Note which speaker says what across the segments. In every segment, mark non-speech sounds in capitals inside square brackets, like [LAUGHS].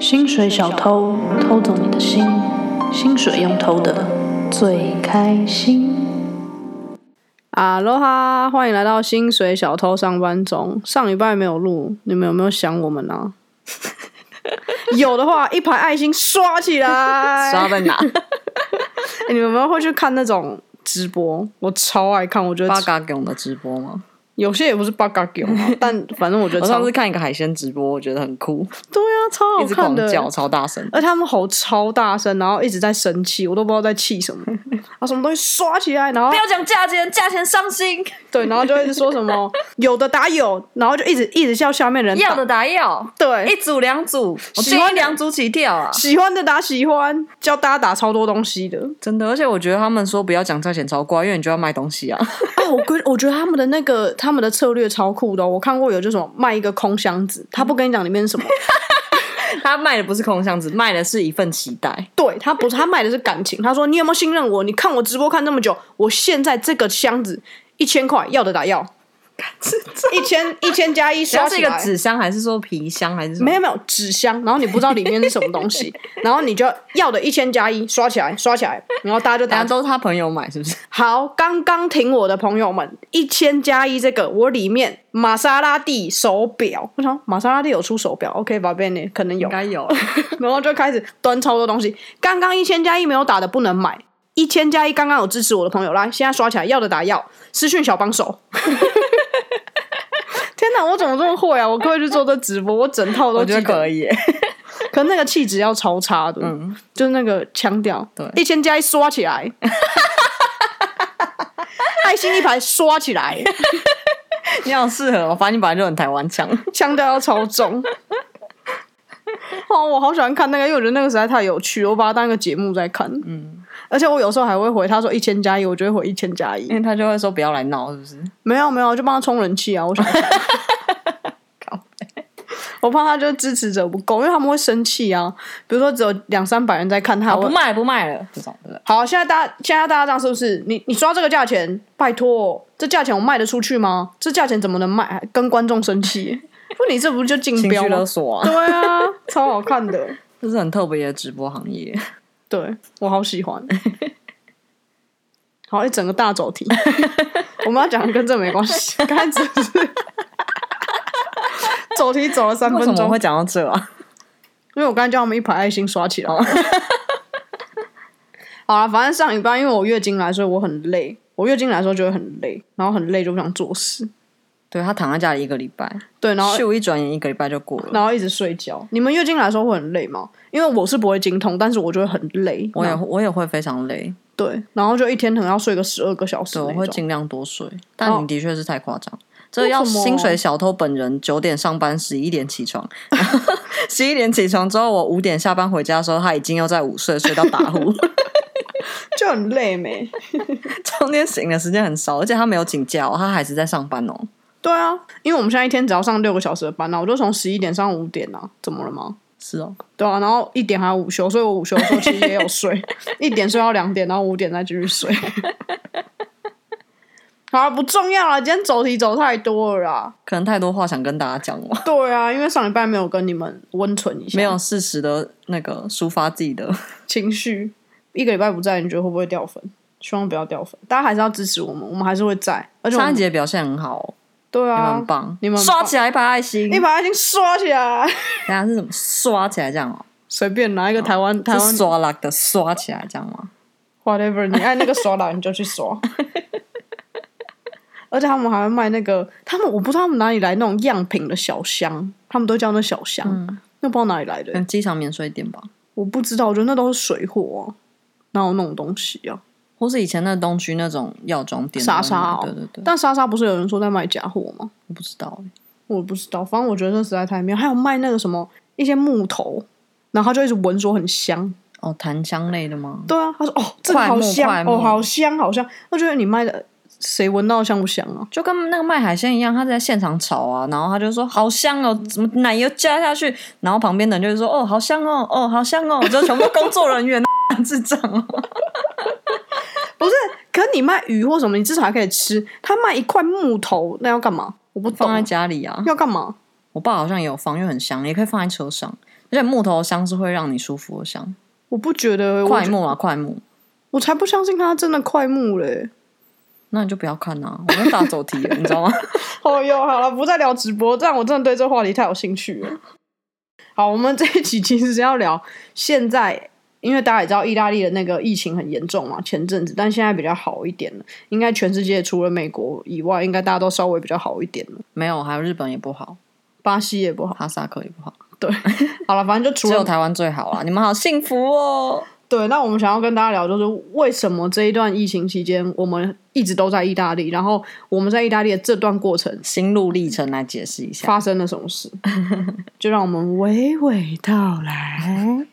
Speaker 1: 薪水小偷偷走你的心，薪水用偷的最开心。
Speaker 2: 哈喽哈，欢迎来到薪水小偷上班中。上礼拜没有录，你们有没有想我们
Speaker 1: [LAUGHS]
Speaker 2: 啊？有的话，一排爱心刷起来。[LAUGHS]
Speaker 3: 刷在哪？
Speaker 2: 欸你们有没有会去看那种直播？我超爱看，我觉
Speaker 3: 八
Speaker 2: 得
Speaker 3: 嘎囧的直播吗？
Speaker 2: 有些也不是八嘎囧啊，但反正我觉得
Speaker 3: 我
Speaker 2: 超
Speaker 3: 上次看一个海鲜直播，我觉得很酷，
Speaker 2: 对啊，超
Speaker 3: 一
Speaker 2: 好
Speaker 3: 直
Speaker 2: 看
Speaker 3: 狂
Speaker 2: 的。
Speaker 3: 叫，超大声。
Speaker 2: 而他们吼超大声，然后一直在生气，我都不知道在气 [LAUGHS] 什么。然后什么东西刷起来，然后
Speaker 3: 不要讲价钱，价钱伤心，
Speaker 2: 对，然后就一直说什 [LAUGHS] 么有的打有，然后就一直一直叫下面人
Speaker 3: 要
Speaker 2: 打
Speaker 3: 的打要，
Speaker 2: 对，
Speaker 3: 一组两组，我
Speaker 2: 喜
Speaker 3: 建
Speaker 2: 欢
Speaker 3: 议两组起跳啊！
Speaker 2: 喜欢的打喜欢，叫大家打超多东西的。
Speaker 3: 真的，而且我觉得他们说不要讲价钱超怪，因为你就要卖东西啊。
Speaker 2: 啊，我跟我觉得他们的那个他们的策略超酷的哦、我看过有这种卖一个空箱子，他不跟你讲里面是 [LAUGHS] 什么，
Speaker 3: [LAUGHS] 他卖的不是空箱子，卖的是一份期待。
Speaker 2: 对他不是他卖的是感情，他说你有没有信任我？你看我直播看那么久，我现在这个箱子一千块，要的打要， [LAUGHS] 一千一千加一刷
Speaker 3: 它是
Speaker 2: 起
Speaker 3: 一个
Speaker 2: 来。
Speaker 3: 纸箱还是说皮箱还是什么？
Speaker 2: 没有没有纸箱，然后你不知道里面是什么东
Speaker 3: [LAUGHS]
Speaker 2: 西，然后你就要的一千加一刷起来，刷起来，然后大家就
Speaker 3: 大
Speaker 2: 打
Speaker 3: 家都是他朋友买，是不是？
Speaker 2: 好，刚刚听我的朋友们，一千加一这个，我里面玛莎拉蒂手表，我想玛莎拉蒂有出手表，OK 吧 b e n 可能有
Speaker 3: 应，该 [LAUGHS] 有。
Speaker 2: 然后就开始端超多东西。刚刚一千加一没有打的不能买，一千加一刚刚有支持我的朋友来，现在刷起来要的打要，私讯小帮
Speaker 3: [LAUGHS]
Speaker 2: 手。天哪，我怎么这么会啊？我可不可以去做这直播，我整套都
Speaker 3: 我觉得
Speaker 2: 记得
Speaker 3: 可以耶，
Speaker 2: 可那个气质要超差的，就是那个腔调，
Speaker 3: 嗯对
Speaker 2: 一千加一刷起来， [LAUGHS] 爱心一排刷起来， [LAUGHS]
Speaker 3: 你好适合哦，我发现你本来就很台湾腔。
Speaker 2: 腔调要超重。哦，我好喜欢看那个，因为我觉得那个实在太有趣，我把它当一个节目在看。嗯，而且我有时候还会回他说一千加一，我就会回一千加一
Speaker 3: 因。为他就会说不要来闹，是不是？
Speaker 2: 没有没有，就帮他充人气啊！我
Speaker 3: [LAUGHS]
Speaker 2: 想看，我怕他就是支持者不够，因为他们会生气啊。比如说只有两三百人在看他，
Speaker 3: 好，
Speaker 2: 我
Speaker 3: 啊哦不卖了，不卖了，这种的。
Speaker 2: 好，现在大家现在大家这样是不是？你你刷这个价钱，拜托，这价钱我卖得出去吗？这价钱怎么能卖？还跟观众生气？不，你这不就竞
Speaker 3: 情
Speaker 2: 标
Speaker 3: 绪勒
Speaker 2: 吗？
Speaker 3: 索啊，
Speaker 2: 对啊，超好看的，
Speaker 3: 这是很特别的直播行 [LAUGHS] 业。
Speaker 2: 对我好喜欢。好，一整个大走题，我们要讲的跟这没关系，刚才只
Speaker 3: [LAUGHS]
Speaker 2: 是走题走了三
Speaker 3: 为
Speaker 2: 分
Speaker 3: 什么
Speaker 2: 钟
Speaker 3: 会，讲到这啊？
Speaker 2: 因为我刚才叫他们一排爱心刷起来。 [LAUGHS] 好了，反正上礼拜因为我月经来，所以我很累。我月经来的时候就会很累，然后很累就不想做事。
Speaker 3: 对他躺在家里一个礼拜，
Speaker 2: 对，然后
Speaker 3: 咻一转眼一个礼拜就过了。
Speaker 2: 然后一直睡觉。你们月经来的时候会很累吗？因为我是不会经痛，但是我就会很累。
Speaker 3: 我也
Speaker 2: 然后
Speaker 3: 会我也会非常累，
Speaker 2: 对，然后就一天可能要睡个十二个小时
Speaker 3: 对，我
Speaker 2: 那
Speaker 3: 会
Speaker 2: 种。
Speaker 3: 尽量多睡，
Speaker 2: 哦
Speaker 3: 但你的确是太夸张。这要
Speaker 2: 为什么
Speaker 3: 薪水小偷本人九点上班，十一点起床， [LAUGHS] 十一点起床之后，我五点下班回家的时候，他已经又在午睡，睡到打呼，
Speaker 2: 就很累没？
Speaker 3: 中间醒的时间很少，而且他没有请假、哦，他还是在上班哦。
Speaker 2: 对啊，因为我们现在一天只要上六个小时的班啊，我就从十一点上五点啊，怎么了吗？
Speaker 3: 是哦，
Speaker 2: 对啊，然后一点还有午休，所以我午休的时候其实也有 [LAUGHS] 睡，一点睡到两点，然后五点再继续睡。 [LAUGHS] 好啊，不重要了，今天走题走太多了啦。
Speaker 3: 可能太多话想跟大家讲了，
Speaker 2: 对啊，因为上礼拜没有跟你们温存一下，
Speaker 3: 没有适时的那个抒发自己的。
Speaker 2: 情绪。一个礼拜不在，你觉得会不会掉粉？希望不要掉粉，大家还是要支持我们，我们还是会在。而且我
Speaker 3: 上一
Speaker 2: 们
Speaker 3: 集的表现很好、哦，
Speaker 2: 对
Speaker 3: 你们
Speaker 2: 啊
Speaker 3: 很，棒，
Speaker 2: 你们很棒
Speaker 3: 刷起来一排爱心，
Speaker 2: 你把爱心刷起来，
Speaker 3: 大家是怎么刷起来这样哦？
Speaker 2: 随便拿一个台湾台湾
Speaker 3: 是刷啦的刷起来这样吗？
Speaker 2: whatever，你爱那个刷
Speaker 3: [LAUGHS]
Speaker 2: 哪你就去刷。而且他们还会卖那个，他们我不知道他们哪里来那种样品的小箱，他们都叫那小箱，
Speaker 3: 嗯
Speaker 2: 那不知道哪里来的、
Speaker 3: 跟机场免税店吧，
Speaker 2: 我不知道，我觉得那都是水货、啊，哪有那种东西啊？
Speaker 3: 或是以前那东区那种药妆店
Speaker 2: 莎莎、哦，
Speaker 3: 对对对，
Speaker 2: 但莎莎不是有人说在卖假货吗？
Speaker 3: 我不知道欸，
Speaker 2: 我不知道，反正我觉得这实在太妙。还有卖那个什么一些木头，然后他就一直闻说很香。
Speaker 3: 哦，檀香类的吗？
Speaker 2: 对啊，他说哦，这个
Speaker 3: 快木
Speaker 2: 好香
Speaker 3: 快，木
Speaker 2: 哦，好香，好香。我觉得你卖的谁闻到香不香啊？
Speaker 3: 就跟那个卖海鲜一样，他在现场炒啊，然后他就说好香哦，怎么奶油加下去，然后旁边的人就说哦好香哦，哦好香哦，就全部工作人员 [LAUGHS] 智障哦，
Speaker 2: 可你卖鱼或什么，你至少还可以吃。他卖一块木头，那要干嘛？我不懂
Speaker 3: 放在家里啊，
Speaker 2: 要干嘛？
Speaker 3: 我爸好像也有放，因为很香，也可以放在车上，而且木头香是会让你舒服的香，
Speaker 2: 我不觉得我
Speaker 3: 快
Speaker 2: 觉，
Speaker 3: 木啊快木，
Speaker 2: 我才不相信它真的快木嘞。
Speaker 3: 那你就不要看啊，我们大走题 [LAUGHS] 了，你知道吗？
Speaker 2: 哦哟，好了，不再聊直播，但我真的对这话题太有兴趣了。好，我们这一期其实是要聊现在，因为大家也知道意大利的那个疫情很严重嘛，前阵子，但现在比较好一点了。应该全世界除了美国以外，应该大家都稍微比较好一点了。
Speaker 3: 没有，还有日本也不好，
Speaker 2: 巴西也不好，
Speaker 3: 哈萨克也不好，
Speaker 2: 好了，反正就除
Speaker 3: 只有
Speaker 2: 了
Speaker 3: 台湾最好啦，啊你们好幸福哦。
Speaker 2: 对，那我们想要跟大家聊，就是为什么这一段疫情期间，我们一直都在意大利，然后我们在意大利的这段过程
Speaker 3: 心路历程来解释一下，
Speaker 2: 发生了什么 [LAUGHS] 事，就让我们娓娓道来。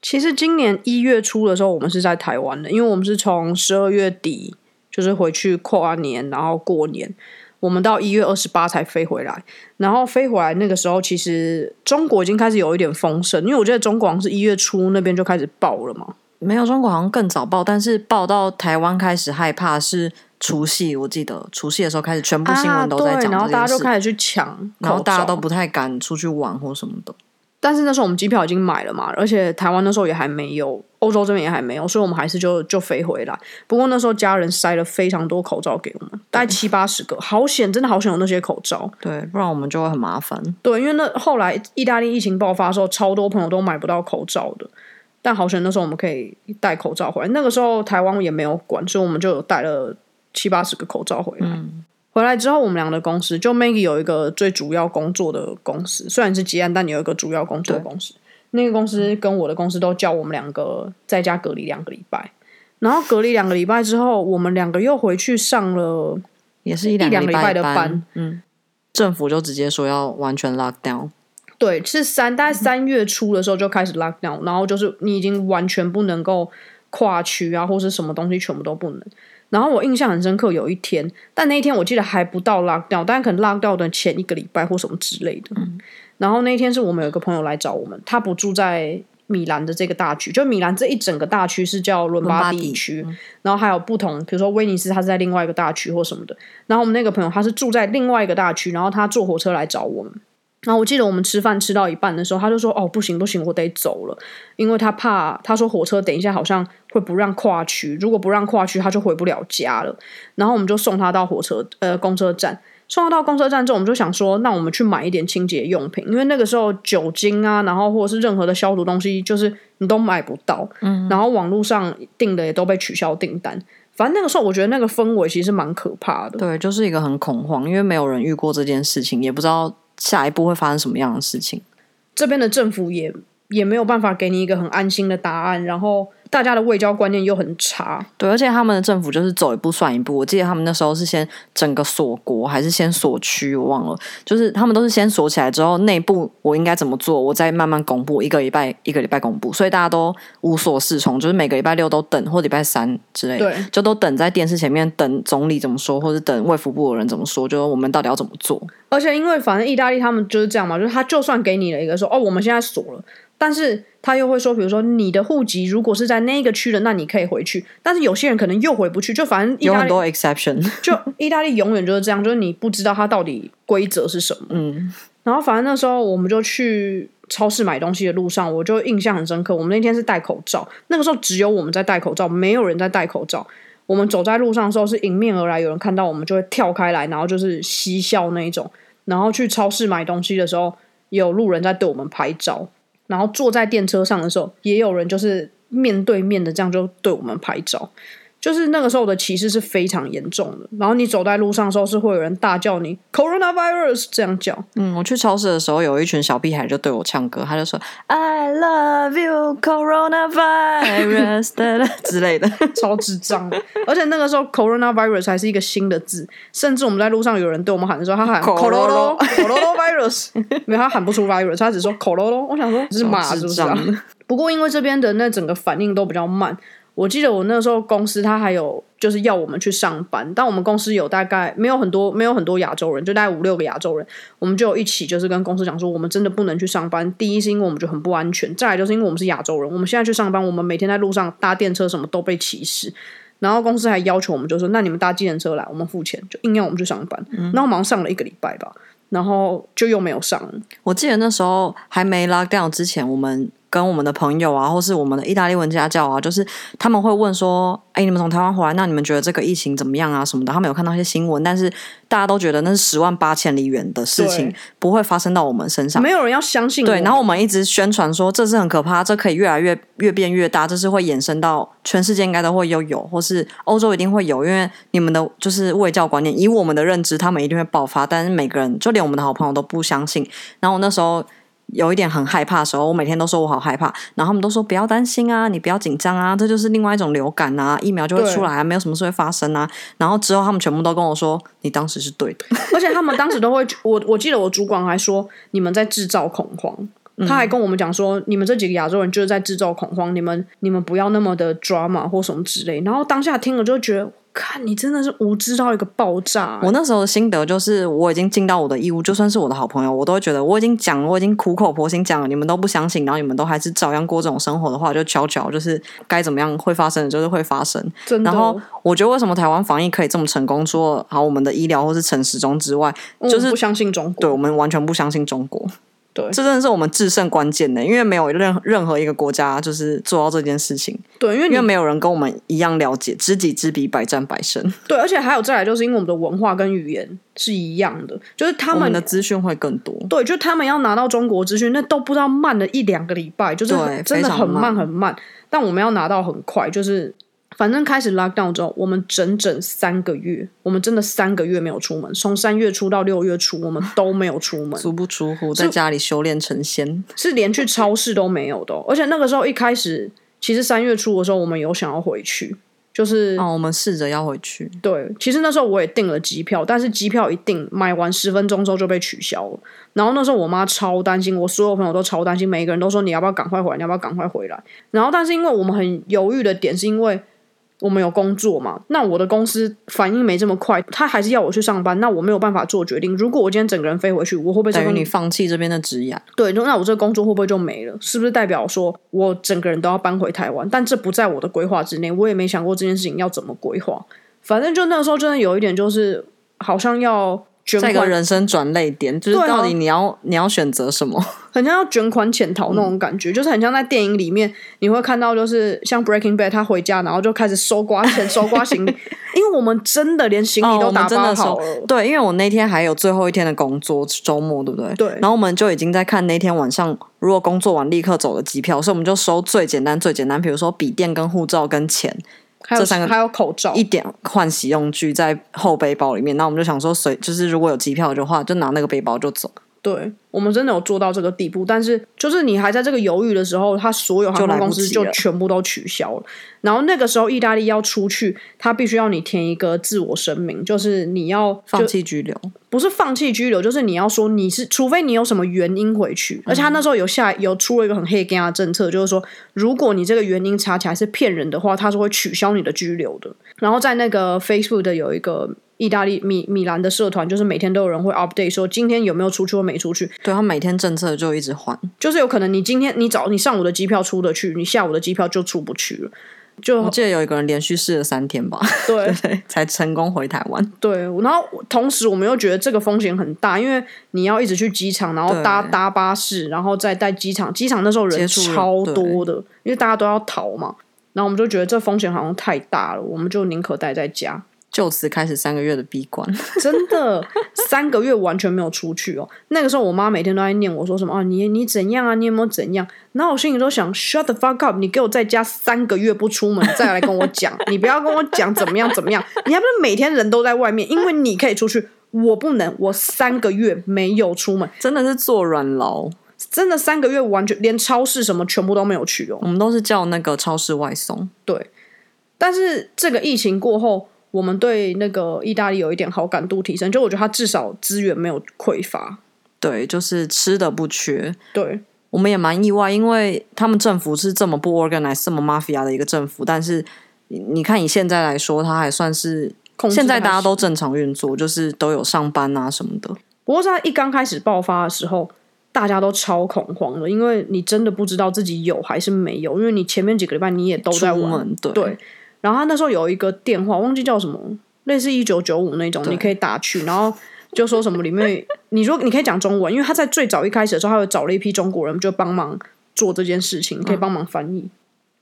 Speaker 2: 其实今年一月初的时候，我们是在台湾的，因为我们是从十二月底就是回去跨年，然后过年，我们到一月二十八才飞回来。然后飞回来那个时候，其实中国已经开始有一点风声，因为我觉得中国好像是一月初那边就开始爆了嘛。
Speaker 3: 没有中国好像更早报，但是报到台湾开始害怕是除夕，我记得除夕的时候开始全部新闻都在
Speaker 2: 啊对
Speaker 3: 讲、
Speaker 2: 然后大家就
Speaker 3: 始，
Speaker 2: 开始去抢，
Speaker 3: 然后大家都。不太敢出去玩或什么的。
Speaker 2: 但是那时候我们机票已经买了嘛，而且台湾那时候也还没有，欧洲这边也还没有，所以我们还是就就飞回来。不过那时候家人塞了非常多口罩给我们，大概七八十个，好险，真的好险有那些口罩。
Speaker 3: 对，不然我们就会很麻烦。
Speaker 2: 对，因为那后来意大利疫情爆发的时候，超多朋友都买不到口罩的。但好险那时候我们可以带口罩回来，那个时候台湾也没有管，所以我们就有带了七八十个口罩回来。回来之后，我们俩的公司就 Maggie 有一个最主要工作的公司，虽然是吉安，但有一个主要工作的公司。那个公司跟我的公司都叫我们两个在家隔离两个礼拜，然后隔离两个礼拜之后，我们两个又回去上了
Speaker 3: 也是一
Speaker 2: 两
Speaker 3: 两
Speaker 2: 个
Speaker 3: 个
Speaker 2: 礼拜
Speaker 3: 拜
Speaker 2: 的班
Speaker 3: 班，嗯，政府就直接说要完全 lock down，
Speaker 2: 对，是三，大概三月初的时候就开始 lockdown，然后就是你已经完全不能够跨区啊，或是什么东西全部都不能。然后我印象很深刻，有一天，但那一天我记得还不到 lockdown，但可能 lockdown 的前一个礼拜或什么之类的。
Speaker 3: 嗯
Speaker 2: 然后那一天是我们有一个朋友来找我们，他不住在米兰的这个大区，就米兰这一整个大区是叫伦巴
Speaker 3: 伦巴嗯
Speaker 2: 第
Speaker 3: 第
Speaker 2: 区，然后还有不同，比如说威尼斯，它是在另外一个大区或什么的。然后我们那个朋友他是住在另外一个大区，然后他坐火车来找我们。然后我记得我们吃饭吃到一半的时候，他就说：“哦，不行不行，我得走了，因为他怕他说火车等一下好像会不让跨区，如果不让跨区，他就回不了家了。”然后我们就送他到火车呃公车站，送他到公车站之后，我们就想说，那我们去买一点清洁用品，因为那个时候酒精啊，然后或者是任何的消毒东西，就是你都买不到，嗯，然后网络上订的也都被取消订单。反正那个时候，我觉得那个氛围其实蛮可怕的。
Speaker 3: 对，就是一个很恐慌，因为没有人遇过这件事情，也不知道下一步会发生什么样的事情。
Speaker 2: 这边的政府也也没有办法给你一个很安心的答案，然后大家的卫教观念又很差，
Speaker 3: 对，而且他们的政府就是走一步算一步。我记得他们那时候是先整个锁国，还是先锁区，我忘了。就是他们都是先锁起来之后，内部我应该怎么做，我再慢慢公布，一个礼拜一个礼拜公布。所以大家都无所适从，就是每个礼拜六都等，或礼拜三之类的，
Speaker 2: 对
Speaker 3: 就都等在电视前面等总理怎么说，或者等卫福部的人怎么说，就是我们到底要怎么做。
Speaker 2: 而且因为反正意大利他们就是这样嘛，就是他就算给你了一个说哦，我们现在锁了，但是他又会说，比如说你的户籍如果是在那个区的，那你可以回去，但是有些人可能又回不去，就反正意
Speaker 3: 有
Speaker 2: 大
Speaker 3: 很
Speaker 2: 利
Speaker 3: 多 exception，
Speaker 2: 就意大利永远就是这样，就是你不知道它到底规则是什么。
Speaker 3: 嗯，
Speaker 2: 然后反正那时候我们就去超市买东西的路上，我就印象很深刻。我们那天是戴口罩，那个时候只有我们在戴口罩，没有人在戴口罩。我们走在路上的时候，是迎面而来，有人看到我们就会跳开来，然后就是嬉笑那一种。然后去超市买东西的时候，也有路人在对我们拍照。然后坐在电车上的时候，也有人就是面对面的这样就对我们拍照。就是那个时候的歧视是非常严重的。然后你走在路上的时候，是会有人大叫你 “coronavirus” 这样叫。
Speaker 3: 嗯，我去超市的时候，有一群小屁孩就对我唱歌，他就说 “I love you coronavirus”
Speaker 2: [LAUGHS]
Speaker 3: [LAUGHS] 哒哒之类的。
Speaker 2: 超智障的。而且那个时候 coronavirus 还是一个新的字，甚至我们在路上有人对我们喊的时候，他喊 cororo
Speaker 3: Cororo
Speaker 2: cororo virus，没有他喊不出 virus，他只说 cororo。我想说这是马
Speaker 3: 超
Speaker 2: 是
Speaker 3: 智
Speaker 2: 不是、啊
Speaker 3: 障？
Speaker 2: 不过因为这边的那整个反应都比较慢，我记得我那时候公司他还有就是要我们去上班，但我们公司有大概没有很多没有很多亚洲人，就大概五六个亚洲人，我们就有一起就是跟公司讲说，我们真的不能去上班。第一是因为我们觉得很不安全，再来就是因为我们是亚洲人，我们现在去上班，我们每天在路上搭电车什么都被歧视。然后公司还要求我们，就说那你们搭计程车来，我们付钱，就硬要我们去上班。然后我们好像上了一个礼拜吧，然后就又没有上。
Speaker 3: [LAUGHS] 我记得那时候还没 lock down 之前，我们跟我们的朋友啊，或是我们的意大利文家教啊，就是他们会问说：“哎、你们从台湾回来，那你们觉得这个疫情怎么样啊？什么的？”他们有看到一些新闻，但是大家都觉得那是十万八千里远的事情
Speaker 2: 对，
Speaker 3: 不会发生到我们身上。
Speaker 2: 没有人要相信我
Speaker 3: 对，然后我们一直宣传说这是很可怕，这可以越来越越变越大，这是会延伸到全世界应该都会有有，或是欧洲一定会有，因为你们的就是卫教观念，以我们的认知，他们一定会爆发，但是每个人就连我们的好朋友都不相信。然后我那时候有一点很害怕的时候，我每天都说我好害怕，然后他们都说不要担心啊，你不要紧张啊，这就是另外一种流感啊，疫苗就会
Speaker 2: 对
Speaker 3: 出来啊，没有什么事会发生啊。然后之后他们全部都跟我说，你当时是对的。
Speaker 2: [LAUGHS] 而且他们当时都会，我我记得我主管还说你们在制造恐慌，
Speaker 3: 嗯
Speaker 2: 他还跟我们讲说你们这几个亚洲人就是在制造恐慌，你们你们不要那么的 drama 或什么之类。然后当下听了就觉得，看你真的是无知到一个爆炸、
Speaker 3: 我那时候的心得就是，我已经尽到我的义务，就算是我的好朋友，我都会觉得我已经讲了，我已经苦口婆心讲了，你们都不相信，然后你们都还是照样过这种生活的话，就悄悄就是该怎么样会发生的就是会发生。
Speaker 2: 真的哦
Speaker 3: 然后我觉得为什么台湾防疫可以这么成功，除了好我们的医疗或是陈时中之外，
Speaker 2: 我
Speaker 3: 就
Speaker 2: 们
Speaker 3: 是
Speaker 2: 不相信中国，
Speaker 3: 对我们完全不相信中国。
Speaker 2: 对
Speaker 3: [LAUGHS] 这真的是我们制胜关键呢，因为没有任任何一个国家就是做到这件事情，
Speaker 2: 对，因为
Speaker 3: 因为
Speaker 2: 你
Speaker 3: 没有人跟我们一样了解，知己知彼，百战百胜。
Speaker 2: 对，而且还有再来就是因为我们的文化跟语言是一样的，就是他
Speaker 3: 我
Speaker 2: 们
Speaker 3: 们的资讯会更多。
Speaker 2: 对，就他们要拿到中国资讯，那都不知道慢了一两个礼拜，就是
Speaker 3: 对
Speaker 2: 很真的
Speaker 3: 非常
Speaker 2: 很慢
Speaker 3: 慢
Speaker 2: 很慢。但我们要拿到很快，就是反正开始 lockdown 之后，我们整整三个月，我们真的三个月没有出门，从三月初到六月初，我们都没有出
Speaker 3: [LAUGHS]
Speaker 2: 门，
Speaker 3: 足不出户，在家里修炼成仙。
Speaker 2: 是连去超市都没有的哦、而且那个时候一开始，其实三月初的时候，我们有想要回去，就是、
Speaker 3: 哦，我们试着要回去，
Speaker 2: 对，其实那时候我也订了机票，但是机票一订买完十分钟之后就被取消了。然后那时候我妈超担心，我所有朋友都超担心，每一个人都说你要不要赶快回来，你要不要赶快回来。然后但是因为我们很犹豫的点是因为我们有工作嘛，那我的公司反应没这么快，他还是要我去上班，那我没有办法做决定。如果我今天整个人飞回去，我会不会这
Speaker 3: 等于
Speaker 2: 份
Speaker 3: 你放弃这边的职涯。
Speaker 2: 对，那我这个工作会不会就没了？是不是代表说我整个人都要搬回台湾？但这不在我的规划之内，我也没想过这件事情要怎么规划。反正就那个时候真的有一点，就是好像要捐
Speaker 3: 在一个
Speaker 2: 款，
Speaker 3: 人生转泪点，就是
Speaker 2: 对啊
Speaker 3: 到底你要、你要选择什么？ [LAUGHS]
Speaker 2: 很像要卷款潜逃那种感觉，就是很像在电影里面你会看到，就是像 Breaking Bad 他回家然后就开始搜刮钱、搜刮
Speaker 3: [LAUGHS]
Speaker 2: 行李，因为我们真的连行李
Speaker 3: 哦
Speaker 2: 都
Speaker 3: 我
Speaker 2: 打
Speaker 3: 们真
Speaker 2: 包
Speaker 3: 的
Speaker 2: 好
Speaker 3: 手
Speaker 2: 了。
Speaker 3: 对，因为我那天还有最后一天的工作，周末对不对？
Speaker 2: 对
Speaker 3: 然后我们就已经在看那天晚上，如果工作完立刻走的机票，所以我们就收最简单最简单，比如说笔电、跟护照、跟钱，
Speaker 2: 还有
Speaker 3: 这三个
Speaker 2: 还有口罩
Speaker 3: 一，点换洗用具在后背包里面。那我们就想说随，就是如果有机票的话，就拿那个背包就走，
Speaker 2: 对我们真的有做到这个地步，但是就是你还在这个犹豫的时候，他所有航
Speaker 3: 就
Speaker 2: 空
Speaker 3: 来不
Speaker 2: 公司
Speaker 3: 及
Speaker 2: 就
Speaker 3: 了
Speaker 2: 全部都取消了。然后那个时候，意大利要出去，他必须要你填一个自我声明，就是你要
Speaker 3: 放
Speaker 2: 就
Speaker 3: 弃拘留。
Speaker 2: 不是放弃居留，就是你要说你是，除非你有什么原因回去。而且
Speaker 3: 嗯
Speaker 2: 他那时候有下有出了一个很黑干的政策，就是说，如果你这个原因查起来是骗人的话，他是会取消你的居留的。然后在那个 Facebook 的有一个意大利米米兰的社团，就是每天都有人会 update 说今天有没有出去或没出去。
Speaker 3: 对他每天政策就一直换，
Speaker 2: 就是有可能你今天你早你上午的机票出得去，你下午的机票就出不去了。就
Speaker 3: 我记得有一个人连续试了三天吧。 [LAUGHS]
Speaker 2: 对
Speaker 3: 对，才成功回台湾。
Speaker 2: 对，然后同时我们又觉得这个风险很大，因为你要一直去机场，然后搭
Speaker 3: 对
Speaker 2: 搭巴士，然后再在机场，机场那时候人
Speaker 3: 接触人
Speaker 2: 超多的，因为大家都要逃嘛。然后我们就觉得这风险好像太大了，我们就宁可待在家。
Speaker 3: 就此开始三个月的闭关， [LAUGHS]
Speaker 2: 真的三个月完全没有出去哦。那个时候我妈每天都在念我说什么啊，你你怎样啊，你有没有怎样？然后我心里都想 shut the fuck up，你给我在家三个月不出门，再来跟我讲， [LAUGHS] 你不要跟我讲怎么样怎么样，你还不是每天人都在外面，因为你可以出去。我不能，我三个月没有出门，
Speaker 3: 真的是坐软牢。
Speaker 2: 真的三个月完全连超市什么全部都没有去哦。
Speaker 3: 我们都是叫那个超市外送，
Speaker 2: 但是这个疫情过后，我们对那个意大利有一点好感度提升，就我觉得它至少资源没有匮乏。
Speaker 3: 对，就是吃的不缺。
Speaker 2: 对，
Speaker 3: 我们也蛮意外，因为他们政府是这么不 organize、这么 mafia 的一个政府，但是你你看以现在来说，它还算是
Speaker 2: 控制
Speaker 3: 现在
Speaker 2: 还
Speaker 3: 大家
Speaker 2: 行
Speaker 3: 都正常运作，就是都有上班啊什么的。
Speaker 2: 不过在一刚开始爆发的时候，大家都超恐慌的，因为你真的不知道自己有还是没有，因为你前面几个礼拜你也都在
Speaker 3: 出
Speaker 2: 玩。
Speaker 3: 门对
Speaker 2: 对，然后他那时候有一个电话，忘记叫什么，类似一九九五那种，你可以打去，然后就说什么里面， [LAUGHS] 你说你可以讲中文，因为他在最早一开始的时候，他有找了一批中国人就帮忙做这件事
Speaker 3: 嗯
Speaker 2: 情，可以帮忙翻译。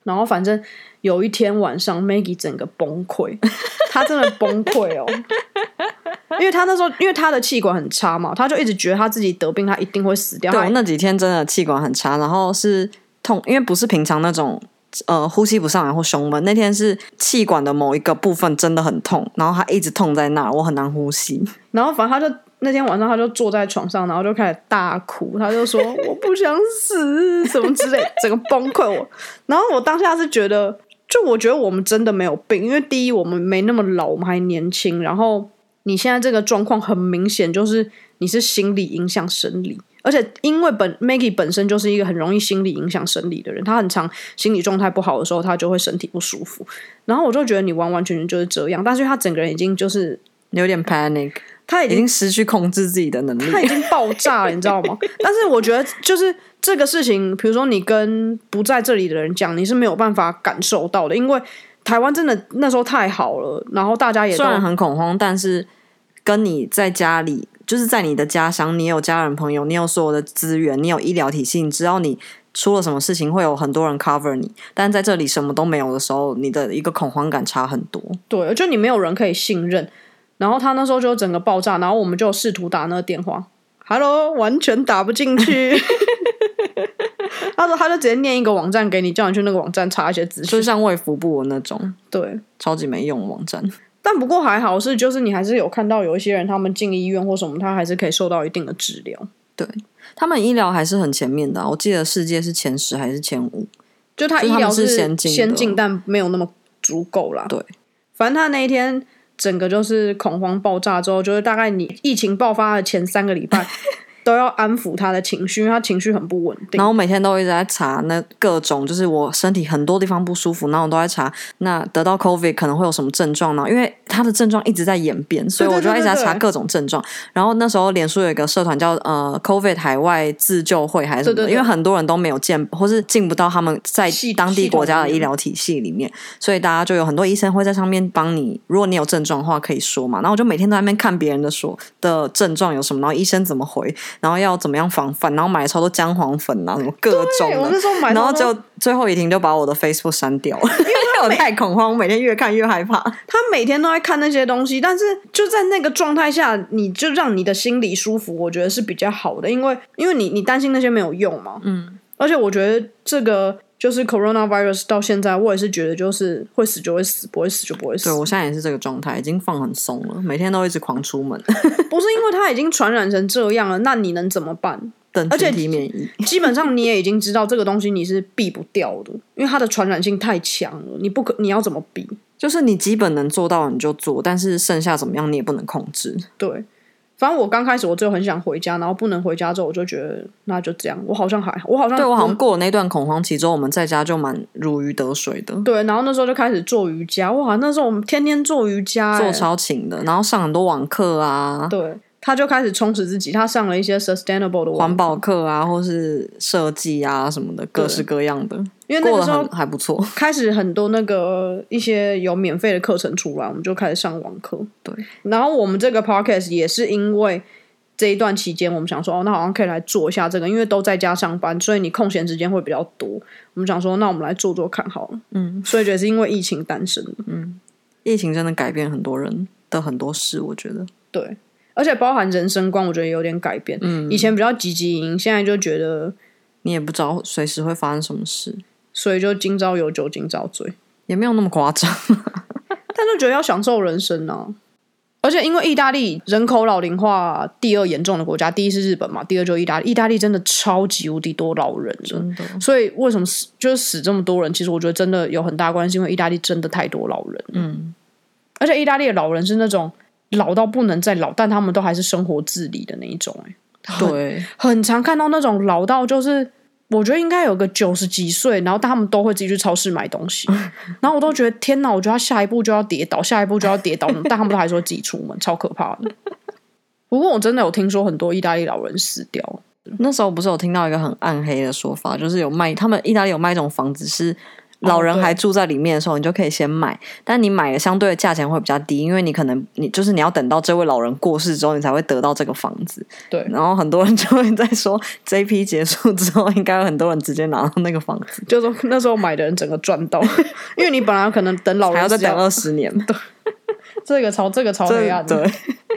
Speaker 2: 然后反正有一天晚上，Maggie 整个崩溃， [LAUGHS] 她真的崩溃哦，因为她那时候因为她的气管很差嘛，她就一直觉得她自己得病，她一定会死掉。
Speaker 3: 对
Speaker 2: 她
Speaker 3: 我那几天真的气管很差，然后是痛，因为不是平常那种呃呼吸不上来或胸闷，那天是气管的某一个部分真的很痛，然后它一直痛在那儿，我很难呼吸。 [LAUGHS]
Speaker 2: 然后反正他就那天晚上他就坐在床上，然后就开始大哭，他就说我不想死什么之类，整个崩溃我。然后我当下是觉得，就我觉得我们真的没有病，因为第一我们没那么老，我们还年轻，然后你现在这个状况很明显就是你是心理影响生理。而且，因为本 Maggie 本身就是一个很容易心理影响生理的人，他很常心理状态不好的时候，他就会身体不舒服。然后我就觉得你完完全全就是这样，但是他整个人已经就是
Speaker 3: 有点 panic，
Speaker 2: 他已
Speaker 3: 已
Speaker 2: 经
Speaker 3: 经失去控制自己的能
Speaker 2: 他已
Speaker 3: 力。
Speaker 2: 经爆炸了，你知道
Speaker 3: [LAUGHS]
Speaker 2: 吗？但是我觉得就是这个事情，比如说你跟不在这里的人讲，你是没有办法感受到的，因为台湾真的那时候太好了，然后大家也
Speaker 3: 虽
Speaker 2: 都
Speaker 3: 然很恐慌，但是跟你在家里，就是在你的家乡，你有家人朋友，你有所有的资源，你有医疗体系，你知道你出了什么事情会有很多人 cover 你，但在这里什么都没有的时候，你的一个恐慌感差很多。
Speaker 2: 对，就你没有人可以信任。然后他那时候就整个爆炸，然后我们就试图打那个电话，Hello，完全打不进去。 [LAUGHS] 他说他就直接念一个网站给你，叫你去那个网站查一些资
Speaker 3: 就
Speaker 2: 讯。
Speaker 3: 像卫福部的那种
Speaker 2: 对，
Speaker 3: 超级没用的网站， [LAUGHS]
Speaker 2: 但不过还好是，就是你还是有看到有一些人他们进医院或什么，他还是可以受到一定的治疗。
Speaker 3: 他们医疗还是很前面的啊、我记得世界是前十还是前五，
Speaker 2: 就他
Speaker 3: 就
Speaker 2: 医
Speaker 3: 他们
Speaker 2: 疗
Speaker 3: 是先
Speaker 2: 先
Speaker 3: 进的
Speaker 2: 但没有那么足够啦。
Speaker 3: 对，
Speaker 2: 反正他那一天整个就是恐慌爆炸之后，就是大概你疫情爆发的前三个礼
Speaker 3: [LAUGHS]
Speaker 2: 拜都要安抚他的情绪，因为他情绪很不稳定
Speaker 3: 然。后我每天都一直在查那各种，就是我身体很多地方不舒服，然后我都在查那得到 COVID 可能会有什么症状呢？因为它的症状一直在演变，所以我就一直在查各种症状。然后那时候脸书有一个社团叫呃 COVID 海外自救会还是什么的，
Speaker 2: 对对对
Speaker 3: 因为很多人都没有见或是进不到他们在
Speaker 2: 系
Speaker 3: 当地国家的医疗体系里面，所以大家就有很多医生会在上面帮你，如果你有症状的话可以说嘛。然后我就每天都在那边看别人的说的症状有什么，然后医生怎么回，然后要怎么样防范，然后买了超多姜黄粉啊，什么各种
Speaker 2: 对，我
Speaker 3: 的
Speaker 2: 那。时候买
Speaker 3: 然
Speaker 2: 到
Speaker 3: 后
Speaker 2: 那种，
Speaker 3: 就最后一婷就把我的 Facebook 删掉了，因为 [LAUGHS] 我太恐慌，我每天越看越害 [LAUGHS] 怕。
Speaker 2: 他每天都在看那些东西，但是就在那个状态下，你就让你的心里舒服，我觉得是比较好的，因为因为你你担心那些没有用嘛。
Speaker 3: 嗯，
Speaker 2: 而且我觉得这个就是 coronavirus 到现在，我也是觉得就是会死就会死，不会死就不会死。
Speaker 3: 对我现在也是这个状态，已经放很松了，每天都一直狂出门， [LAUGHS]
Speaker 2: 不是因为它已经传染成这样了，那你能怎么办？
Speaker 3: 等
Speaker 2: 而且
Speaker 3: 群体免疫。
Speaker 2: 基本上你也已经知道这个东西你是避不掉的，因为它的传染性太强了，你不可你要怎么避？
Speaker 3: 就是你基本能做到你就做，但是剩下怎么样你也不能控制。
Speaker 2: 对，反正我刚开始我就很想回家，然后不能回家之后，我就觉得那就这样，我好像还好，我好像
Speaker 3: 嗯对我好像过了那段恐慌期之后，我们在家就蛮如鱼得水的，
Speaker 2: 对，然后那时候就开始做瑜伽，哎哇，那时候我们天天做瑜伽、
Speaker 3: 做
Speaker 2: 欸，
Speaker 3: 超勤的，然后上很多网课啊、
Speaker 2: 对，他就开始充实自己，他上了一些 sustainable 的网
Speaker 3: 环保课啊，或是设计啊什么的，各
Speaker 2: 对
Speaker 3: 式各样的，
Speaker 2: 因为那个
Speaker 3: 过得
Speaker 2: 时候
Speaker 3: 很还不错。
Speaker 2: 开始很多那个一些有免费的课程出来，我们就开始上网课。
Speaker 3: 对，
Speaker 2: 然后我们这个 podcast 也是因为这一段期间，我们想说，哦，那好像可以来做一下这个，因为都在家上班，所以你空闲时间会比较多。我们想说，那我们来做做看好了。
Speaker 3: 嗯，
Speaker 2: 所以也是因为疫情单身的，
Speaker 3: 疫情真的改变很多人的很多事，我觉得。
Speaker 2: 对，而且包含人生观，我觉得也有点改变。
Speaker 3: 嗯，
Speaker 2: 以前比较积极营，现在就觉得，
Speaker 3: 你也不知道随时会发生什么事，
Speaker 2: 所以就今朝有酒今朝醉。
Speaker 3: 也没有那么
Speaker 2: [LAUGHS]
Speaker 3: 夸张。
Speaker 2: 但就觉得要享受人生啊。而且因为意大利人口老龄化第二严重的国家，第一是日本嘛，第二就是意大利。意大利真的超级无敌多老人的，
Speaker 3: 真的，
Speaker 2: 所以为什么死就是死这么多人？其实我觉得真的有很大关系，因为意大利真的太多老人，
Speaker 3: 嗯，
Speaker 2: 而且意大利的老人是那种老到不能再老，但他们都还是生活自理的那一种、欸，
Speaker 3: 对，
Speaker 2: 很常看到那种老到就是，我觉得应该有个九十几岁，然后他们都会自己去超市买东
Speaker 3: [LAUGHS]
Speaker 2: 西，然后我都觉得天哪，我觉得他下一步就要跌倒，下一步就要跌倒，但他们都还说自己出门，超可怕的。不过我真的有听说很多意大利老人死掉，
Speaker 3: 那时候不是有听到一个很暗黑的说法，就是有卖他们意大利有卖一种房子是老
Speaker 2: 哦
Speaker 3: 人还住在里面的时候，你就可以先买，但你买的相对的价钱会比较低，因为你可能你就是你要等到这位老人过世之后，你才会得到这个房子。
Speaker 2: 对
Speaker 3: 然后很多人就会在说，这一批结束之后，应该有很多人直接拿到那个房子，
Speaker 2: 就说那时候买的人整个赚
Speaker 3: [LAUGHS]
Speaker 2: 到，因为你本来可能等老人
Speaker 3: 还要再
Speaker 2: 死掉
Speaker 3: 等二十年。
Speaker 2: 这个朝这个朝黑暗，
Speaker 3: 这对。 [LAUGHS]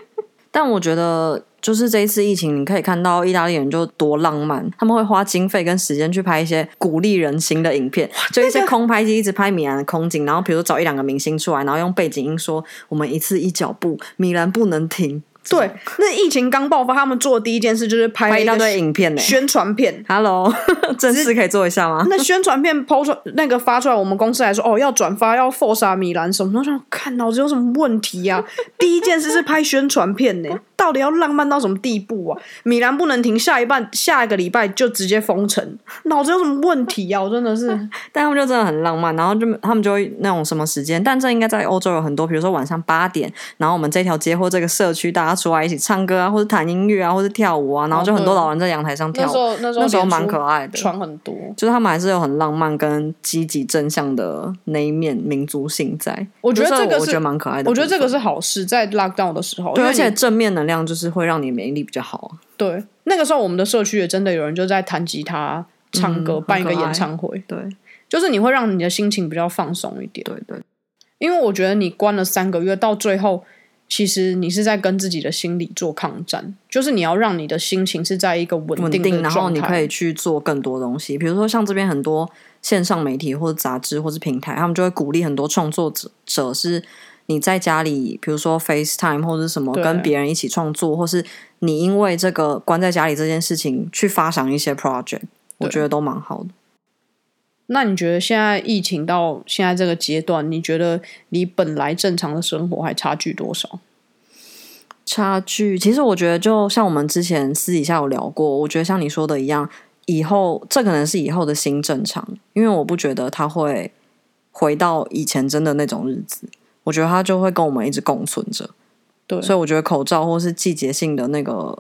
Speaker 3: 但我觉得，就是这一次疫情，你可以看到意大利人就多浪漫，他们会花经费跟时间去拍一些鼓励人心的影片，就一些空拍机一直拍米兰的空景，然后比如找一两个明星出来，然后用背景音说“我们一次一脚步，米兰不能停
Speaker 2: 对，那疫情刚爆发，他们做的第一件事就是”，拍了
Speaker 3: 哎拍一大
Speaker 2: 个
Speaker 3: 堆影片呢、
Speaker 2: 宣传片。
Speaker 3: Hello，正 [LAUGHS] 式可以做一下吗？
Speaker 2: [LAUGHS] 那宣传片抛出那个发出来，我们公司还说哦要转发要 f o r s a 米兰什么，我想看脑子有什么问题呀、啊？ [LAUGHS] 第一件事是拍宣传片呢、到底要浪漫到什么地步啊？米兰不能停，下一半下一个礼拜就直接封城，脑子有什么问题呀、啊？我真的 [LAUGHS] 是
Speaker 3: 但他们就真的很浪漫，然后就他们就会那种什么时间，但这应该在欧洲有很多，比如说晚上八点，然后我们这条街或这个社区大家出来一起唱歌啊，或者弹音乐啊，或者跳舞啊，然后就很多老人在阳台上跳舞，
Speaker 2: 嗯那
Speaker 3: 那时候蛮可爱的，
Speaker 2: 床很多，
Speaker 3: 就是他们还是有很浪漫跟积极正向的那一面民族性在。
Speaker 2: 我觉得这个
Speaker 3: 我
Speaker 2: 是
Speaker 3: 觉得蛮可爱的，
Speaker 2: 我觉得这个。是好事，在 lockdown 的时候，
Speaker 3: 对，
Speaker 2: 因为
Speaker 3: 而且
Speaker 2: 你
Speaker 3: 正面能量就是会让你免疫力比较好啊。
Speaker 2: 对那个时候我们的社区也真的有人就在弹吉他、唱歌，
Speaker 3: 嗯
Speaker 2: 办一个
Speaker 3: 很可爱
Speaker 2: 演唱会，
Speaker 3: 对
Speaker 2: 就是你会让你的心情比较放松一点。
Speaker 3: 对对，
Speaker 2: 因为我觉得你关了三个月，到最后，其实你是在跟自己的心理做抗战，就是你要让你的心情是在一个稳
Speaker 3: 稳
Speaker 2: 定的
Speaker 3: 然后
Speaker 2: 状
Speaker 3: 你
Speaker 2: 态。
Speaker 3: 可以去做更多东西，比如说像这边很多线上媒体或者杂志或是平台，他们就会鼓励很多创作者者是你在家里，比如说 FaceTime 或者什么
Speaker 2: 对
Speaker 3: 跟别人一起创作，或是你因为这个关在家里这件事情去发想一些 project，我
Speaker 2: 对
Speaker 3: 觉得都蛮好的。
Speaker 2: 那你觉得现在疫情到现在这个阶段，你觉得离本来正常的生活还差距多少？
Speaker 3: 差距，其实我觉得就像我们之前私底下有聊过，我觉得像你说的一样，以后这可能是以后的新正常，因为我不觉得它会回到以前真的那种日子，我觉得它就会跟我们一直共存着，
Speaker 2: 对，
Speaker 3: 所以我觉得口罩或是季节性的那个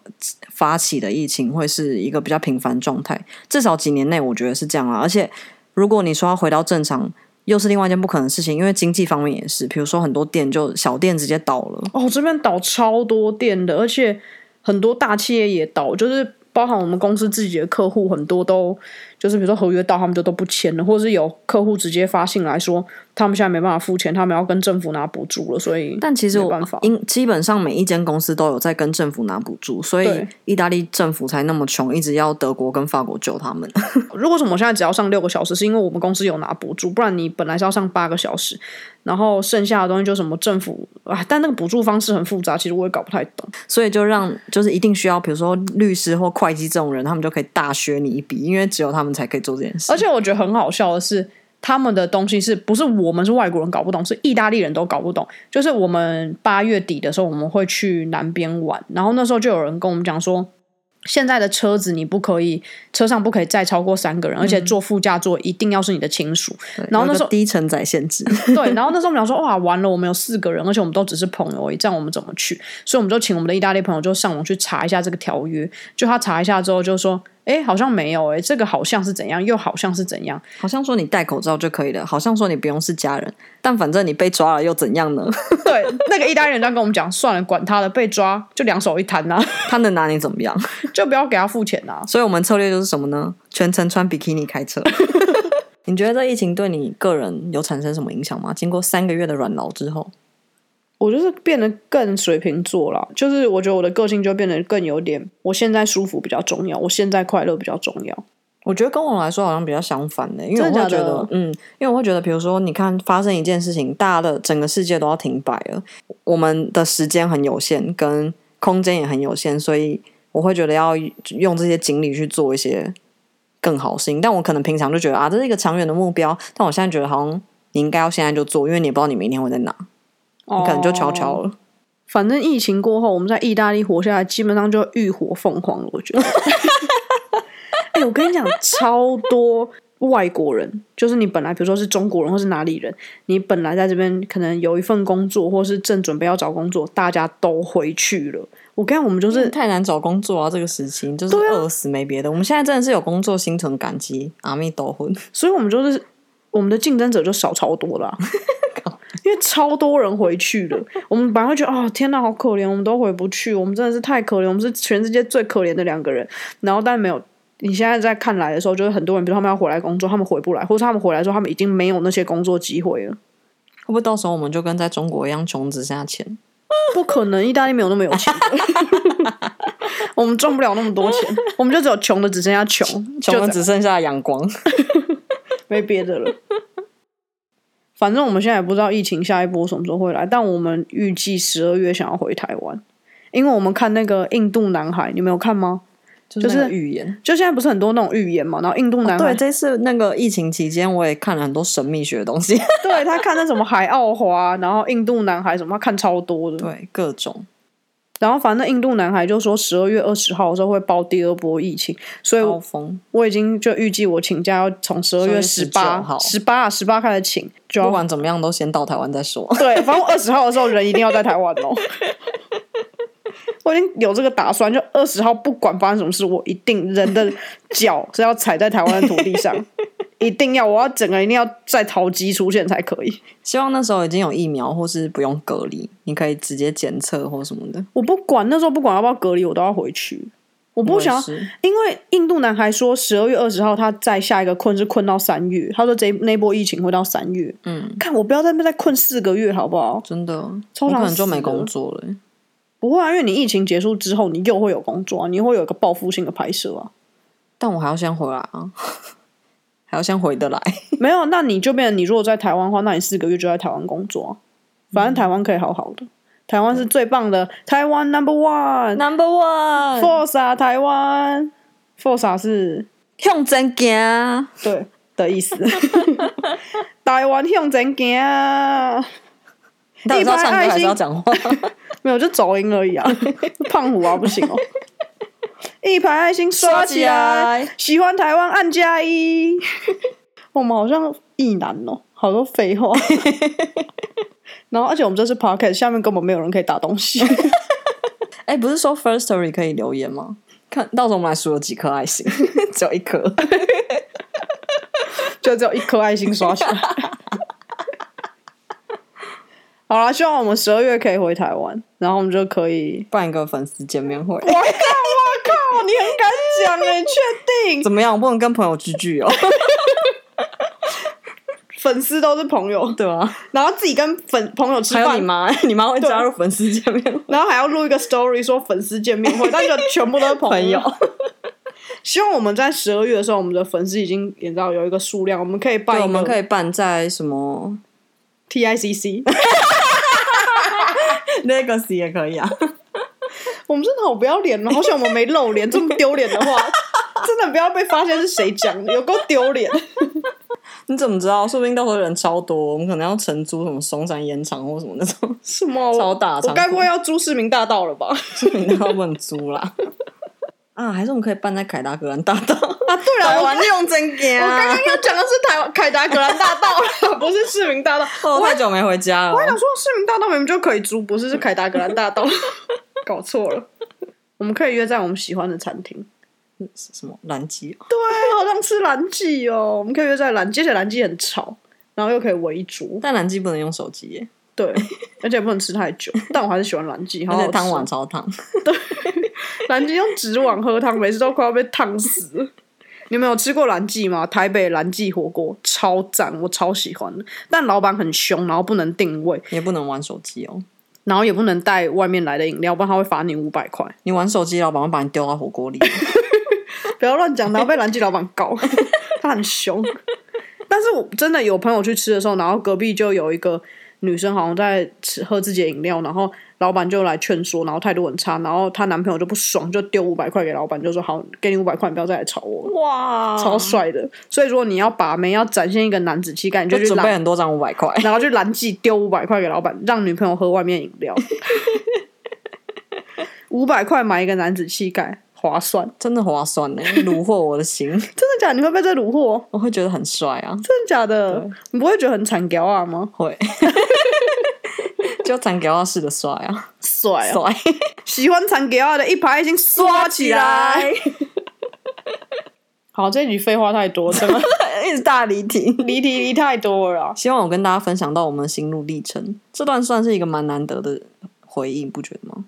Speaker 3: 发起的疫情会是一个比较频繁状态，至少几年内我觉得是这样啊，而且如果你说要回到正常。又是另外一件不可能的事情，因为经济方面也是，比如说很多店就小店直接倒了，
Speaker 2: 哦，这边倒超多店的，而且很多大企业也倒，就是包含我们公司自己的客户，很多都就是比如说合约到他们就都不签了，或者是有客户直接发信来说他们现在没办法付钱，他们要跟政府拿补助了，所以
Speaker 3: 但其实
Speaker 2: 没
Speaker 3: 我
Speaker 2: 办法
Speaker 3: 因基本上每一间公司都有在跟政府拿补助，所以
Speaker 2: 对
Speaker 3: 意大利政府才那么穷，一直要德国跟法国救他们。 [LAUGHS]
Speaker 2: 如果什么我现在只要上六个小时，是因为我们公司有拿补助，不然你本来是要上八个小时，然后剩下的东西就什么政府啊，但那个补助方式很复杂，其实我也搞不太懂。
Speaker 3: 所以就让就是一定需要，比如说律师或会计这种人，他们就可以大削你一笔，因为只有他们才可以做这件事。
Speaker 2: 而且我觉得很好笑的是，他们的东西是不是我们是外国人搞不懂，是意大利人都搞不懂。就是我们八月底的时候，我们会去南边玩，然后那时候就有人跟我们讲说。现在的车子你不可以，车上不可以载超过三个人，而且坐副驾座一定要是你的亲属。
Speaker 3: 对
Speaker 2: 然后
Speaker 3: 有
Speaker 2: 那
Speaker 3: 个
Speaker 2: 时候
Speaker 3: 低承载
Speaker 2: [LAUGHS]
Speaker 3: 限制，
Speaker 2: 对，然后那时候我们想说，哇，完了，我们有四个人，而且我们都只是朋友而已，这样我们怎么去？所以我们就请我们的意大利朋友就上网去查一下这个条约。就他查一下之后就说，哎，好像没有、诶哎，这个好像是怎样，又好像是怎样。
Speaker 3: 好像说你戴口罩就可以了，好像说你不用是家人，但反正你被抓了又怎样呢？ [LAUGHS]
Speaker 2: 对，那个意大利人这样跟我们讲，算了，管他的，被抓就两手一摊呐、 [LAUGHS]
Speaker 3: 他能拿你怎么样？
Speaker 2: 就不要给他付钱呐、
Speaker 3: 所以我们策略就是什么呢？全程穿比基尼
Speaker 2: [LAUGHS]
Speaker 3: 开车。你觉得这疫情对你个人有产生什么影响吗？经过三个月的软牢之后，
Speaker 2: 我就是变得更水瓶座了，就是我觉得我的个性就变得更有点，我现在舒服比较重要，我现在快乐比较重要。
Speaker 3: 我觉得跟我来说好像比较相反呢、因为我
Speaker 2: 真的
Speaker 3: 会觉
Speaker 2: 假的
Speaker 3: 得，嗯，因为我会觉得，比如说，你看发生一件事情，大家的整个世界都要停摆了，我们的时间很有限，跟空间也很有限，所以我会觉得要用这些精力去做一些更好的事情。但我可能平常就觉得啊，这是一个长远的目标，但我现在觉得好像你应该要现在就做，因为你也不知道你明天会在哪。
Speaker 2: 你
Speaker 3: 你可能就悄悄了。
Speaker 2: 反正疫情过后，我们在意大利活下来，基本上就浴火凤凰了。我觉得， [LAUGHS] 哎、我跟你讲，超多外国人，就是你本来比如说是中国人或是哪里人，你本来在这边可能有一份工作，或是正准备要找工作，大家都回去了。我跟你讲，我们就
Speaker 3: 不是
Speaker 2: 是
Speaker 3: 太难找工作啊，这个时期就是
Speaker 2: 对啊
Speaker 3: 饿死没别的。我们现在真的是有工作，心存感激，阿弥陀佛。 [LAUGHS]
Speaker 2: 所以我们就是我们的竞争者就少超多
Speaker 3: [LAUGHS]
Speaker 2: 了啊、因为超多人回去了。我们本来会觉得哦，天哪，好可怜，我们都回不去，我们真的是太可怜，我们是全世界最可怜的两个人。然后但没有，你现在在看来的时候，就是很多人，比如他们要回来工作，他们回不来，或者他们回来之后，他们已经没有那些工作机会了。
Speaker 3: 会不会到时候我们就跟在中国一样穷，只剩下钱？
Speaker 2: 不可能，意大利没有那么有
Speaker 3: [LAUGHS]
Speaker 2: 钱的，我们赚不了那么多钱，我们就只有穷的只剩下穷，就这
Speaker 3: 穷的
Speaker 2: 样
Speaker 3: 只剩下阳光。 [LAUGHS]
Speaker 2: 没别的了。 [LAUGHS] 反正我们现在也不知道疫情下一波什么时候会来，但我们预计十二月想要回台湾，因为我们看那个印度男孩，你没有看吗？
Speaker 3: 就是是语言。
Speaker 2: 就现在不是很多那种预言嘛，然后印度男孩、
Speaker 3: 对，这次那个疫情期间，我也看了很多神秘学的东西， [LAUGHS]
Speaker 2: [LAUGHS] 对他看那什么海奥华，然后印度男孩什么，他看超多的。
Speaker 3: 对各种。
Speaker 2: 然后反正印度男孩就说十二月二十号的时候会爆第二波疫情，所以
Speaker 3: 高峰，
Speaker 2: 我已经就预计我请假要从十二月十
Speaker 3: 12
Speaker 2: 八
Speaker 3: 号、
Speaker 2: 十八、十八开始请，就
Speaker 3: 不
Speaker 2: 要
Speaker 3: 管怎么样都先到台湾再说。 [LAUGHS]
Speaker 2: [LAUGHS] 对，反正二十号的时候人一定要在台湾哦。我已经有这个打算，就二十号不管发生什么事，我一定人的脚是要踩在台湾的土地
Speaker 3: [LAUGHS]
Speaker 2: 上，一定要，我要整个一定要在桃机出现才可以。
Speaker 3: 希望那时候已经有疫苗，或是不用隔离，你可以直接检测或什么的。
Speaker 2: 我不管那时候不管要不要隔离，我都要回去。我不
Speaker 3: 我
Speaker 2: 想要
Speaker 3: 也，是
Speaker 2: 因为印度男孩说十二月二十号他在下一个困是困到三月，他说这一那波疫情会到三月。
Speaker 3: 嗯，
Speaker 2: 看我不要在那边再困四个月好不好？
Speaker 3: 真的，
Speaker 2: 超
Speaker 3: 我
Speaker 2: 想
Speaker 3: 可能就
Speaker 2: 死
Speaker 3: 没
Speaker 2: 的
Speaker 3: 工作了、欸
Speaker 2: 不会啊，因为你疫情结束之后，你又会有工作啊，你会有一个报复性的拍摄啊。
Speaker 3: 但我还要先回来啊， [LAUGHS] 还要先回得来。
Speaker 2: 没有，啊那你就变成你如果在台湾的话，那你四个月就在台湾工作、啊，反正台湾可以好好的，台湾是最棒的，台湾 number one，force
Speaker 3: [LAUGHS] Number one，
Speaker 2: 啊，台湾 force 啊是
Speaker 3: 向前行，
Speaker 2: 对的意思， [LAUGHS] 台湾向前行啊，
Speaker 3: 你到底是要
Speaker 2: 一般
Speaker 3: 唱歌
Speaker 2: 爱
Speaker 3: 还是
Speaker 2: 心
Speaker 3: 要讲话？
Speaker 2: 没有就走音而已 [LAUGHS] 啊，胖虎啊不行哦，一排爱心刷起来。，喜欢台湾按加一。哦我们好像意男哦，好多废 [LAUGHS] 话。然后，而且我们这是 podcast，下面根本没有人可以打东 [LAUGHS] 西。
Speaker 3: [LAUGHS] 哎、不是说 First Story 可以留言吗？看到时候我们来数有几颗爱心， [LAUGHS] 只有一颗。
Speaker 2: 就只有一颗爱心刷起来。好啦，希望我们十二月可以回台湾，然后我们就可以。
Speaker 3: 办一个粉丝见面会，
Speaker 2: 我靠！我靠！你很敢讲 [LAUGHS] 哎、你确定？
Speaker 3: [LAUGHS] 怎么样？不能跟朋友聚聚 [LAUGHS] 哦，
Speaker 2: 粉丝都是朋友，
Speaker 3: 对啊，
Speaker 2: 然后自己跟粉朋友吃
Speaker 3: [LAUGHS] 还有你
Speaker 2: 饭，
Speaker 3: 妈， [LAUGHS] 啊你妈会加入粉丝见面会。
Speaker 2: 然后还要录一个 story 说粉丝见面会，但就全部都是朋
Speaker 3: [LAUGHS] 朋
Speaker 2: 友
Speaker 3: 友。
Speaker 2: [LAUGHS] 希望我们在十二月的时候，我们的粉丝已经也知道有一个数量，我们可以办
Speaker 3: 对，
Speaker 2: 一个
Speaker 3: 我们可以办在什么
Speaker 2: TICC。
Speaker 3: Legacy 也可以啊，
Speaker 2: [LAUGHS] 我们真的好不要脸哦，好想我们没露脸，这么丢脸的
Speaker 3: [LAUGHS]
Speaker 2: 话，真的不要被发现是谁讲的，有够丢脸。
Speaker 3: [LAUGHS] 你怎么知道？说不定到时候人超多，我们可能要承租什么松山烟厂或什么那种，
Speaker 2: 什么
Speaker 3: 超大
Speaker 2: 我
Speaker 3: 仓库
Speaker 2: 该不会要租市民大道了吧？
Speaker 3: 你都要问租啦。 [LAUGHS] 啊，还是我们可以办在凯达格兰大道。
Speaker 2: 啊，对了，
Speaker 3: 台
Speaker 2: 我
Speaker 3: 湾用真给
Speaker 2: 我刚
Speaker 3: 啊！
Speaker 2: 刚要讲的是台湾凯达格兰大道 [LAUGHS] 啦，不是市民大道。
Speaker 3: 我太久没回家了
Speaker 2: 我。想说，市民大道明明就可以租，不是是凯达格兰大道，搞错了。我们可以约在我们喜欢的餐厅。
Speaker 3: 什么蓝鸡？哦
Speaker 2: 对，啊好想吃蓝记哦，我们可以约在蓝记，而且蓝记很吵，然后又可以围桌，
Speaker 3: 但蓝鸡不能用手机耶，
Speaker 2: 对，而且不能吃太久。但我还是喜欢蓝记，好
Speaker 3: 而
Speaker 2: 好
Speaker 3: 且
Speaker 2: 吃
Speaker 3: 汤碗超烫。
Speaker 2: 蓝记用纸碗喝汤，每次都快要被烫死了。你们有吃过蓝记吗？台北蓝记火锅超赞，我超喜欢的。但老板很凶，然后不能定位，
Speaker 3: 也不能玩手机哦。
Speaker 2: 然后也不能带外面来的饮料，不然他会罚你五百块。
Speaker 3: 你玩手机，老板会把你丢到火
Speaker 2: [LAUGHS]
Speaker 3: 锅里。
Speaker 2: 不要乱讲，然后被蓝记老板告，他很凶。但是我真的有朋友去吃的时候，然后隔壁就有一个女生好像在吃喝自己的饮料，然后老板就来劝说，然后态度很差，然后她男朋友就不爽，就丢五百块给老板，就说好，给你五百块，你不要再来吵我了。
Speaker 3: 哇，
Speaker 2: 超帅的，所以如果你要把妹，要展现一个男子气概，你就
Speaker 3: 就
Speaker 2: 去
Speaker 3: 准备
Speaker 2: 拦，
Speaker 3: 很多张五百块。
Speaker 2: 然后去拦记丢五百块给老板，让女朋友喝外面饮料。五百块买一个男子气概，划算。
Speaker 3: 真的划算呢， [LAUGHS] 虏获我的心，
Speaker 2: 真的假的？你会被这虏获？
Speaker 3: 我会觉得很帅啊，
Speaker 2: 真的假的？你不会觉得很惨屌啊吗？ [LAUGHS]
Speaker 3: 会，就长给要式的帅啊，
Speaker 2: 帅啊！
Speaker 3: 帅，
Speaker 2: 喜欢惨屌啊的一排已经刷起来。好，这集废话太多，怎
Speaker 3: [LAUGHS]
Speaker 2: 么
Speaker 3: [LAUGHS] 一直大离题。
Speaker 2: 离题离太多了啊？
Speaker 3: 希望我跟大家分享到我们的心路历程，这段算是一个蛮难得的回忆，不觉得吗？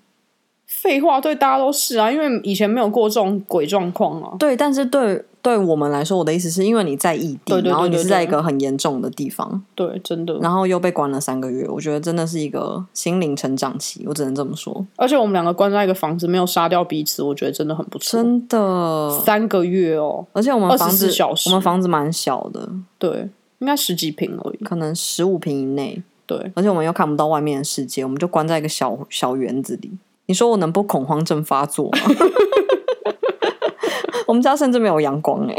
Speaker 2: 废话对大家都是啊，因为以前没有过这种鬼状况啊。
Speaker 3: 对，但是对对我们来说，我的意思是因为你在异地，
Speaker 2: 对对对
Speaker 3: 然后你
Speaker 2: 对
Speaker 3: 是
Speaker 2: 对
Speaker 3: 在一个很严重的地方，
Speaker 2: 对，真的。
Speaker 3: 然后又被关了三个月，我觉得真的是一个心灵成长期，我只能这么说，
Speaker 2: 而且我们两个关在一个房子，没有杀掉彼此，我觉得真的很不错。
Speaker 3: 真的。
Speaker 2: 三个月哦，
Speaker 3: 而且我们房子
Speaker 2: 24小，时
Speaker 3: 我们房子蛮小的，
Speaker 2: 对，应该十几平而已。
Speaker 3: 可能十五平以内，
Speaker 2: 对，
Speaker 3: 而且我们又看不到外面的世界，我们就关在一个小小园子里。你说我能不恐慌症发作吗？ [LAUGHS] 我们家甚至没有阳光哎、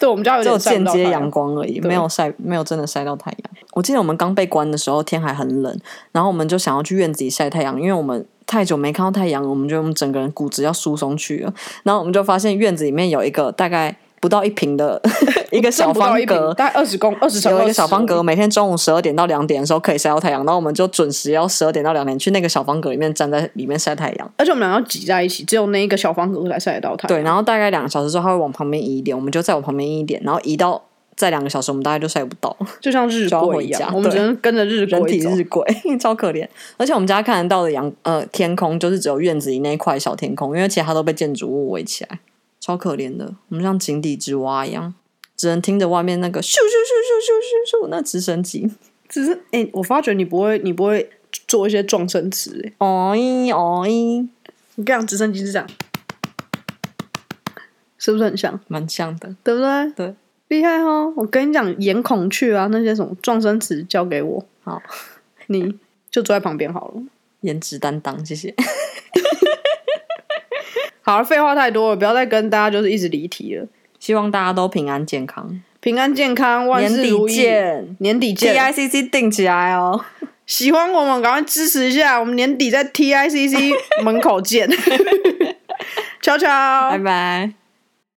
Speaker 2: 对我们家有
Speaker 3: 只
Speaker 2: 点
Speaker 3: 有
Speaker 2: 晒
Speaker 3: 间
Speaker 2: 不到
Speaker 3: 接
Speaker 2: 太
Speaker 3: 阳光而已，没有晒，没有真的晒到太阳。我记得我们刚被关的时候，天还很冷，然后我们就想要去院子里晒太阳，因为我们太久没看到太阳，我们就我们整个人骨质要疏松去了。然后我们就发现院子里面有一个大概不到一平的 [LAUGHS] 一个小
Speaker 2: 挣不到
Speaker 3: 方
Speaker 2: 一
Speaker 3: 格
Speaker 2: 平，，大概二十公二十乘
Speaker 3: 有一
Speaker 2: 二
Speaker 3: 个小方格，，每天中午十二点到两点的时候可以晒到太阳，然后我们就准时要十二点到两点去那个小方格里面站在里面晒太阳。
Speaker 2: 而且我们两个要挤在一起，只有那一个小方格才晒得到太阳。
Speaker 3: 对，然后大概两个小时之后，它会往旁边移一点，我们就再往旁边移一点，然后移到再两个小时，我们大概就晒不到，
Speaker 2: 就像日
Speaker 3: 就要
Speaker 2: 晷
Speaker 3: 回
Speaker 2: 一
Speaker 3: 家
Speaker 2: 样，我们
Speaker 3: 对
Speaker 2: 只能跟着日
Speaker 3: 人体
Speaker 2: 晷走。
Speaker 3: 日晷， [LAUGHS] 超可怜。而且我们家看得到的阳呃天空，就是只有院子里那一块小天空，因为其他都被建筑物围起来，超可怜的。我们像井底之蛙一样，只能听着外面那个咻咻咻咻咻咻咻那直升机。
Speaker 2: 只是哎、我发觉你不会，你不会做一些撞声词、哎，
Speaker 3: 哦咦哦咦，
Speaker 2: 你跟你讲直升机是这样，是不是很像？
Speaker 3: 蛮像的。
Speaker 2: 对不对？
Speaker 3: 对，
Speaker 2: 厉害哦！我跟你讲，演孔雀啊，那些什么撞声词交给我，
Speaker 3: 好，
Speaker 2: [LAUGHS] 你就坐在旁边好了。
Speaker 3: 颜值担当，谢 [LAUGHS] 谢。
Speaker 2: 好了，废话太多了，不要再跟大家就是一直离题了。
Speaker 3: 希望大家都平安健康，
Speaker 2: 平安健康，万
Speaker 3: 年
Speaker 2: 事
Speaker 3: 底
Speaker 2: 如意，
Speaker 3: 见
Speaker 2: 年底见。
Speaker 3: ，TICC 定起来哦。
Speaker 2: 喜欢我们，赶快支持一下，我们 [LAUGHS] 年底在 TICC 门口见，悄悄，
Speaker 3: 拜拜。